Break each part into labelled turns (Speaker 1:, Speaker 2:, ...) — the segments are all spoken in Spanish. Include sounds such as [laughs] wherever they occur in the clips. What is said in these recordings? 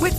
Speaker 1: With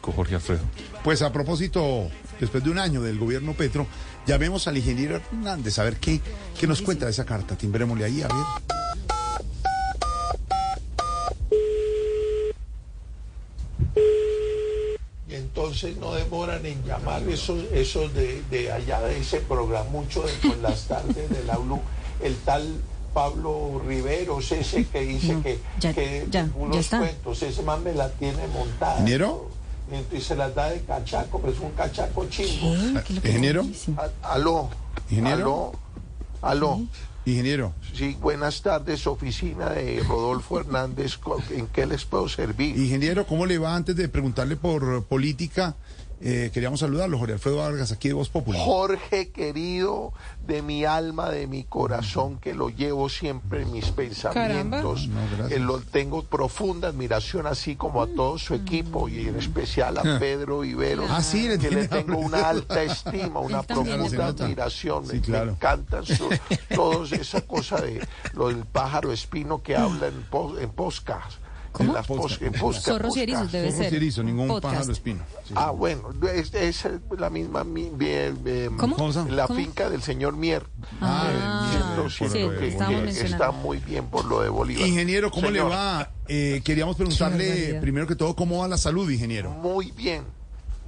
Speaker 2: Jorge Alfredo.
Speaker 3: Pues a propósito, después de un año del gobierno Petro, llamemos al ingeniero Hernández a ver qué, qué nos cuenta de esa carta. Timbrémosle ahí, a ver.
Speaker 4: y entonces no demoran en llamar esos, esos de, de allá de ese programa, mucho después en las tardes de la Blue, el tal Pablo Riveros, ese que dice
Speaker 5: No,
Speaker 4: que,
Speaker 5: ya-
Speaker 4: que
Speaker 5: ya, ya
Speaker 4: unos
Speaker 5: está.
Speaker 4: cuentos, ese más me la tiene montada.
Speaker 3: ¿Ingeniero?
Speaker 4: Y se las da de cachaco, pero es un cachaco chingo.
Speaker 3: Ingeniero,
Speaker 4: A- Aló,
Speaker 3: ¿Ingeniero?
Speaker 4: aló, aló.
Speaker 3: ingeniero.
Speaker 4: Sí, buenas tardes, oficina de Rodolfo Hernández, ¿co- ¿en qué les puedo servir?
Speaker 3: Ingeniero, ¿cómo le va? Antes de preguntarle por política, eh, queríamos saludarlo, Jorge Alfredo Vargas, aquí de Voz Popular.
Speaker 4: Jorge querido de mi alma, de mi corazón, que lo llevo siempre en mis pensamientos.
Speaker 3: No, gracias.
Speaker 4: que lo tengo profunda admiración, así como a todo su equipo y en especial a Pedro Ibero.
Speaker 3: Ah, sí, le
Speaker 4: que
Speaker 3: tiene
Speaker 4: le tengo
Speaker 3: hambre.
Speaker 4: una alta estima,
Speaker 5: [laughs]
Speaker 4: una
Speaker 5: Él también es
Speaker 4: profunda
Speaker 3: nota.
Speaker 4: admiración.
Speaker 3: Sí,
Speaker 4: Me-
Speaker 3: claro.
Speaker 4: Me encantan su-
Speaker 3: [laughs]
Speaker 4: todos esa cosa de lo del pájaro espino que habla en, pos, en podcast. En las pos- en podcast,
Speaker 5: Zorros y erizos
Speaker 4: podcast.
Speaker 5: debe
Speaker 3: Jorge
Speaker 5: ser.
Speaker 3: Erizo, ningún
Speaker 5: Podcast.
Speaker 3: pájaro espino. Sí.
Speaker 4: Ah, bueno, es, es la misma mi- bien, bien,
Speaker 5: ¿Cómo?
Speaker 3: Cosa.
Speaker 4: la
Speaker 5: ¿Cómo?
Speaker 4: finca del señor Mier. Eh,
Speaker 3: Ah,
Speaker 5: Ah,
Speaker 4: Siento,
Speaker 3: sí,
Speaker 4: siento
Speaker 3: lo
Speaker 4: que,
Speaker 3: estábamos
Speaker 4: que
Speaker 5: mencionando.
Speaker 4: está muy bien por lo de Bolívar.
Speaker 3: Ingeniero, ¿cómo
Speaker 4: Señor,
Speaker 3: le va? Eh, queríamos
Speaker 5: Qué
Speaker 3: preguntarle
Speaker 5: barbaridad.
Speaker 3: primero que todo cómo va la salud, ingeniero.
Speaker 4: Muy bien,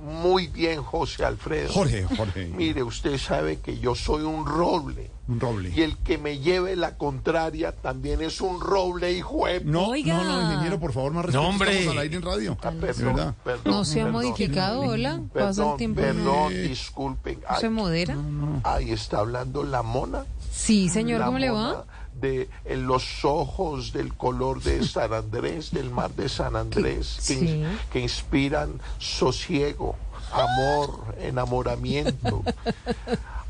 Speaker 4: muy bien, José Alfredo.
Speaker 3: Jorge, Jorge,
Speaker 4: Mire, usted sabe que yo soy un roble.
Speaker 3: un roble.
Speaker 4: Y el que me lleve la contraria también es un roble, hijo de...
Speaker 3: No,
Speaker 5: Oiga.
Speaker 3: no, no, ingeniero, por favor, más respeto.
Speaker 2: No, hombre.
Speaker 3: Estamos al aire en radio.
Speaker 4: Ah,
Speaker 3: De verdad.
Speaker 4: perdón, perdón,
Speaker 6: No se ha
Speaker 4: perdón,
Speaker 6: modificado, hola. Pasa
Speaker 4: Perdón,
Speaker 6: el tiempo.
Speaker 4: perdón,
Speaker 3: Eh.
Speaker 4: disculpen.
Speaker 6: ¿No se
Speaker 4: Ay,
Speaker 6: modera?
Speaker 4: ahí está hablando la mona.
Speaker 6: Sí, señor,
Speaker 4: la
Speaker 6: ¿cómo le
Speaker 4: mona
Speaker 6: va?
Speaker 4: De en los ojos del color
Speaker 6: [laughs]
Speaker 4: de San Andrés, del mar de San Andrés, que,
Speaker 6: sí.
Speaker 4: ins- que inspiran sosiego, amor,
Speaker 6: [laughs]
Speaker 4: enamoramiento.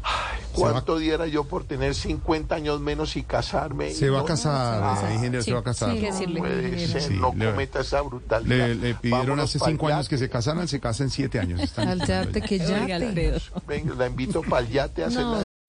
Speaker 4: Ay, ¿Cuánto diera yo por tener 50 años menos y casarme?
Speaker 3: Se
Speaker 4: y
Speaker 3: va a
Speaker 4: no-
Speaker 3: casar, eh, ingeniero, se
Speaker 6: Sí,
Speaker 3: va a casar.
Speaker 6: sí, hay que
Speaker 4: No
Speaker 6: decirle,
Speaker 4: Ah, puede
Speaker 6: ingeniero.
Speaker 4: ser,
Speaker 3: Sí,
Speaker 4: no
Speaker 3: le-
Speaker 4: cometa esa brutalidad.
Speaker 3: Le, le pidieron
Speaker 4: Vámonos
Speaker 3: hace
Speaker 4: pa'l
Speaker 3: cinco años que
Speaker 4: yate.
Speaker 3: se casaran, se casan siete años. Están-
Speaker 6: Al yate que
Speaker 5: Jorge
Speaker 6: yate.
Speaker 5: Alfredo.
Speaker 4: Venga, la invito
Speaker 3: [laughs]
Speaker 4: para el yate a hacer la-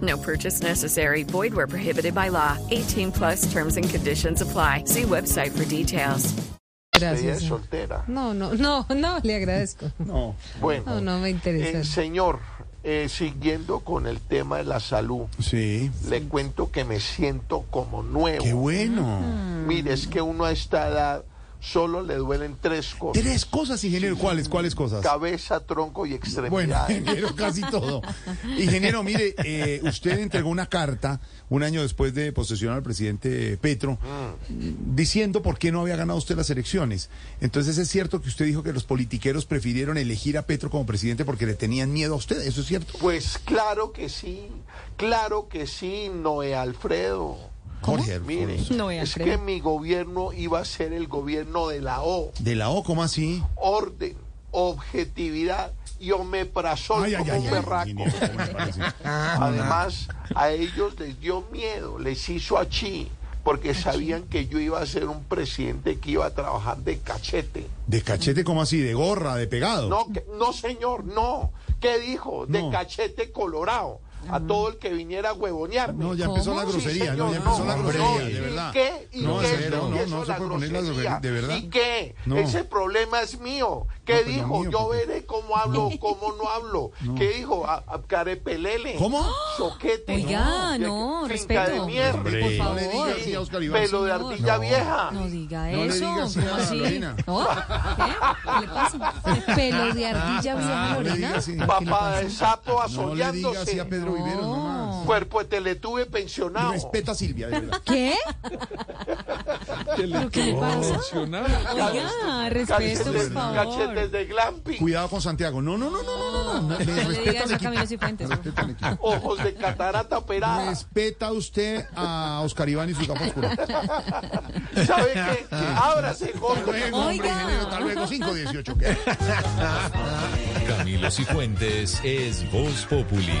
Speaker 1: No purchase necessary. Void where prohibited by law. 18 plus terms and conditions apply. See website for details.
Speaker 4: Ella es
Speaker 6: Gracias. señor.
Speaker 4: soltera.
Speaker 6: No, no, no, no, le agradezco.
Speaker 3: No.
Speaker 4: Bueno,
Speaker 6: No, no me interesa.
Speaker 4: eh, señor, eh, siguiendo con el tema de la salud,
Speaker 3: Sí.
Speaker 4: le cuento que me siento como nuevo.
Speaker 3: Qué
Speaker 6: Mm.
Speaker 3: bueno.
Speaker 4: Mire, es que uno a esta edad solo le duelen tres cosas.
Speaker 3: Tres cosas, ingeniero. ¿Cuáles? ¿Cuáles cosas?
Speaker 4: Cabeza, tronco y
Speaker 3: Bueno,
Speaker 4: extremidad.
Speaker 3: [laughs] ingeniero, casi todo. Ingeniero, mire, eh, usted entregó una carta un año después de posesionar al presidente Petro
Speaker 4: Mm.
Speaker 3: diciendo por qué no había ganado usted las elecciones. Entonces, ¿es cierto que usted dijo que los politiqueros prefirieron elegir a Petro como presidente porque le tenían miedo a usted? ¿Eso es cierto?
Speaker 4: Pues claro que sí, claro que sí, Noé Alfredo.
Speaker 3: Jorge,
Speaker 4: Mire,
Speaker 5: Noé
Speaker 4: es
Speaker 5: Alfredo.
Speaker 4: que mi gobierno iba a ser el gobierno de la O.
Speaker 3: ¿De la O, cómo así?
Speaker 4: orden, objetividad y omeprazol
Speaker 3: Ay, ay,
Speaker 4: como
Speaker 3: ay,
Speaker 4: un
Speaker 3: ay,
Speaker 4: berraco.
Speaker 3: ingeniero, ¿cómo le parece?
Speaker 4: Además, a ellos les dio miedo, les hizo achí, porque sabían que yo iba a ser un presidente que iba a trabajar de cachete.
Speaker 3: [laughs] ¿De cachete, cómo así? ¿De gorra, de pegado?
Speaker 4: No, que- no señor, no. ¿Qué dijo? De
Speaker 3: No.
Speaker 4: cachete colorado. A todo el que viniera a huevonearme.
Speaker 3: No, ya empezó la
Speaker 4: Sí,
Speaker 3: grosería,
Speaker 4: señor,
Speaker 3: no, ya empezó
Speaker 4: no,
Speaker 3: la
Speaker 4: no,
Speaker 3: grosería,
Speaker 4: ¿y
Speaker 3: de verdad.
Speaker 4: qué? ¿Y
Speaker 3: no,
Speaker 4: qué?
Speaker 3: en serio, no,
Speaker 4: Empiezo
Speaker 3: no, se
Speaker 4: la
Speaker 3: puede poner la
Speaker 4: grosería.
Speaker 3: grosería, de verdad.
Speaker 4: ¿Y qué?
Speaker 3: No.
Speaker 4: Ese problema es mío. ¿Qué
Speaker 3: No, pero
Speaker 4: dijo?
Speaker 3: mío,
Speaker 4: Yo
Speaker 3: porque-
Speaker 4: veré cómo hablo, cómo no hablo. ¿Qué dijo? A, a- carepelele.
Speaker 3: ¿Cómo?
Speaker 4: Soquete.
Speaker 5: Oiga,
Speaker 4: ¿Qué-
Speaker 5: no,
Speaker 4: finca
Speaker 5: respeto.
Speaker 4: de mierda.
Speaker 2: Por
Speaker 3: Hombre. No le diga
Speaker 5: favor.
Speaker 3: así a Oscar Iván. [laughs]
Speaker 4: Pelo de
Speaker 5: señor.
Speaker 4: ardilla
Speaker 3: No.
Speaker 4: vieja.
Speaker 5: No diga
Speaker 3: No le
Speaker 5: eso.
Speaker 3: diga así
Speaker 5: ¿Cómo
Speaker 3: a
Speaker 5: así?
Speaker 3: Lorena.
Speaker 5: ¿Oh?
Speaker 6: ¿Eh?
Speaker 5: ¿Qué? ¿Qué le pasa?
Speaker 6: Pelo de ardilla vieja
Speaker 3: Ah, No le diga
Speaker 6: Lorena.
Speaker 3: así.
Speaker 4: Papá de sapo
Speaker 3: No le diga así
Speaker 4: asoleándose.
Speaker 3: a Pedro Viveros, no más.
Speaker 4: Cuerpo de Teletube pensionado.
Speaker 3: Respeta a Silvia, de verdad.
Speaker 6: ¿Qué?
Speaker 5: ¿Pero qué le pasa?
Speaker 6: Ah,
Speaker 5: Oiga, respeto, por
Speaker 4: Cachetes,
Speaker 5: favor.
Speaker 4: cachetes de glamping,
Speaker 3: Cuidado con Santiago. No, no, no, no, no, no.
Speaker 5: No le
Speaker 3: Respeta
Speaker 5: digas
Speaker 3: al
Speaker 5: a
Speaker 3: equipo.
Speaker 5: Camilo Cifuentes. por favor.
Speaker 3: Respeta al equipo.
Speaker 4: ojos de catarata operada.
Speaker 3: Respeta usted a Oscar Iván y su capa
Speaker 5: [laughs]
Speaker 3: oscura. [laughs]
Speaker 4: ¿Sabe qué? Ábrase, gordo.
Speaker 3: hombre,
Speaker 5: Oiga.
Speaker 3: ingeniero, tal luego 518. ¿qué?
Speaker 2: Camilo Cifuentes es Voz Populi.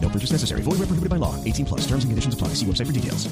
Speaker 7: No purchase necessary. Void where prohibited by law. 18 plus. Terms and conditions apply. See website for details.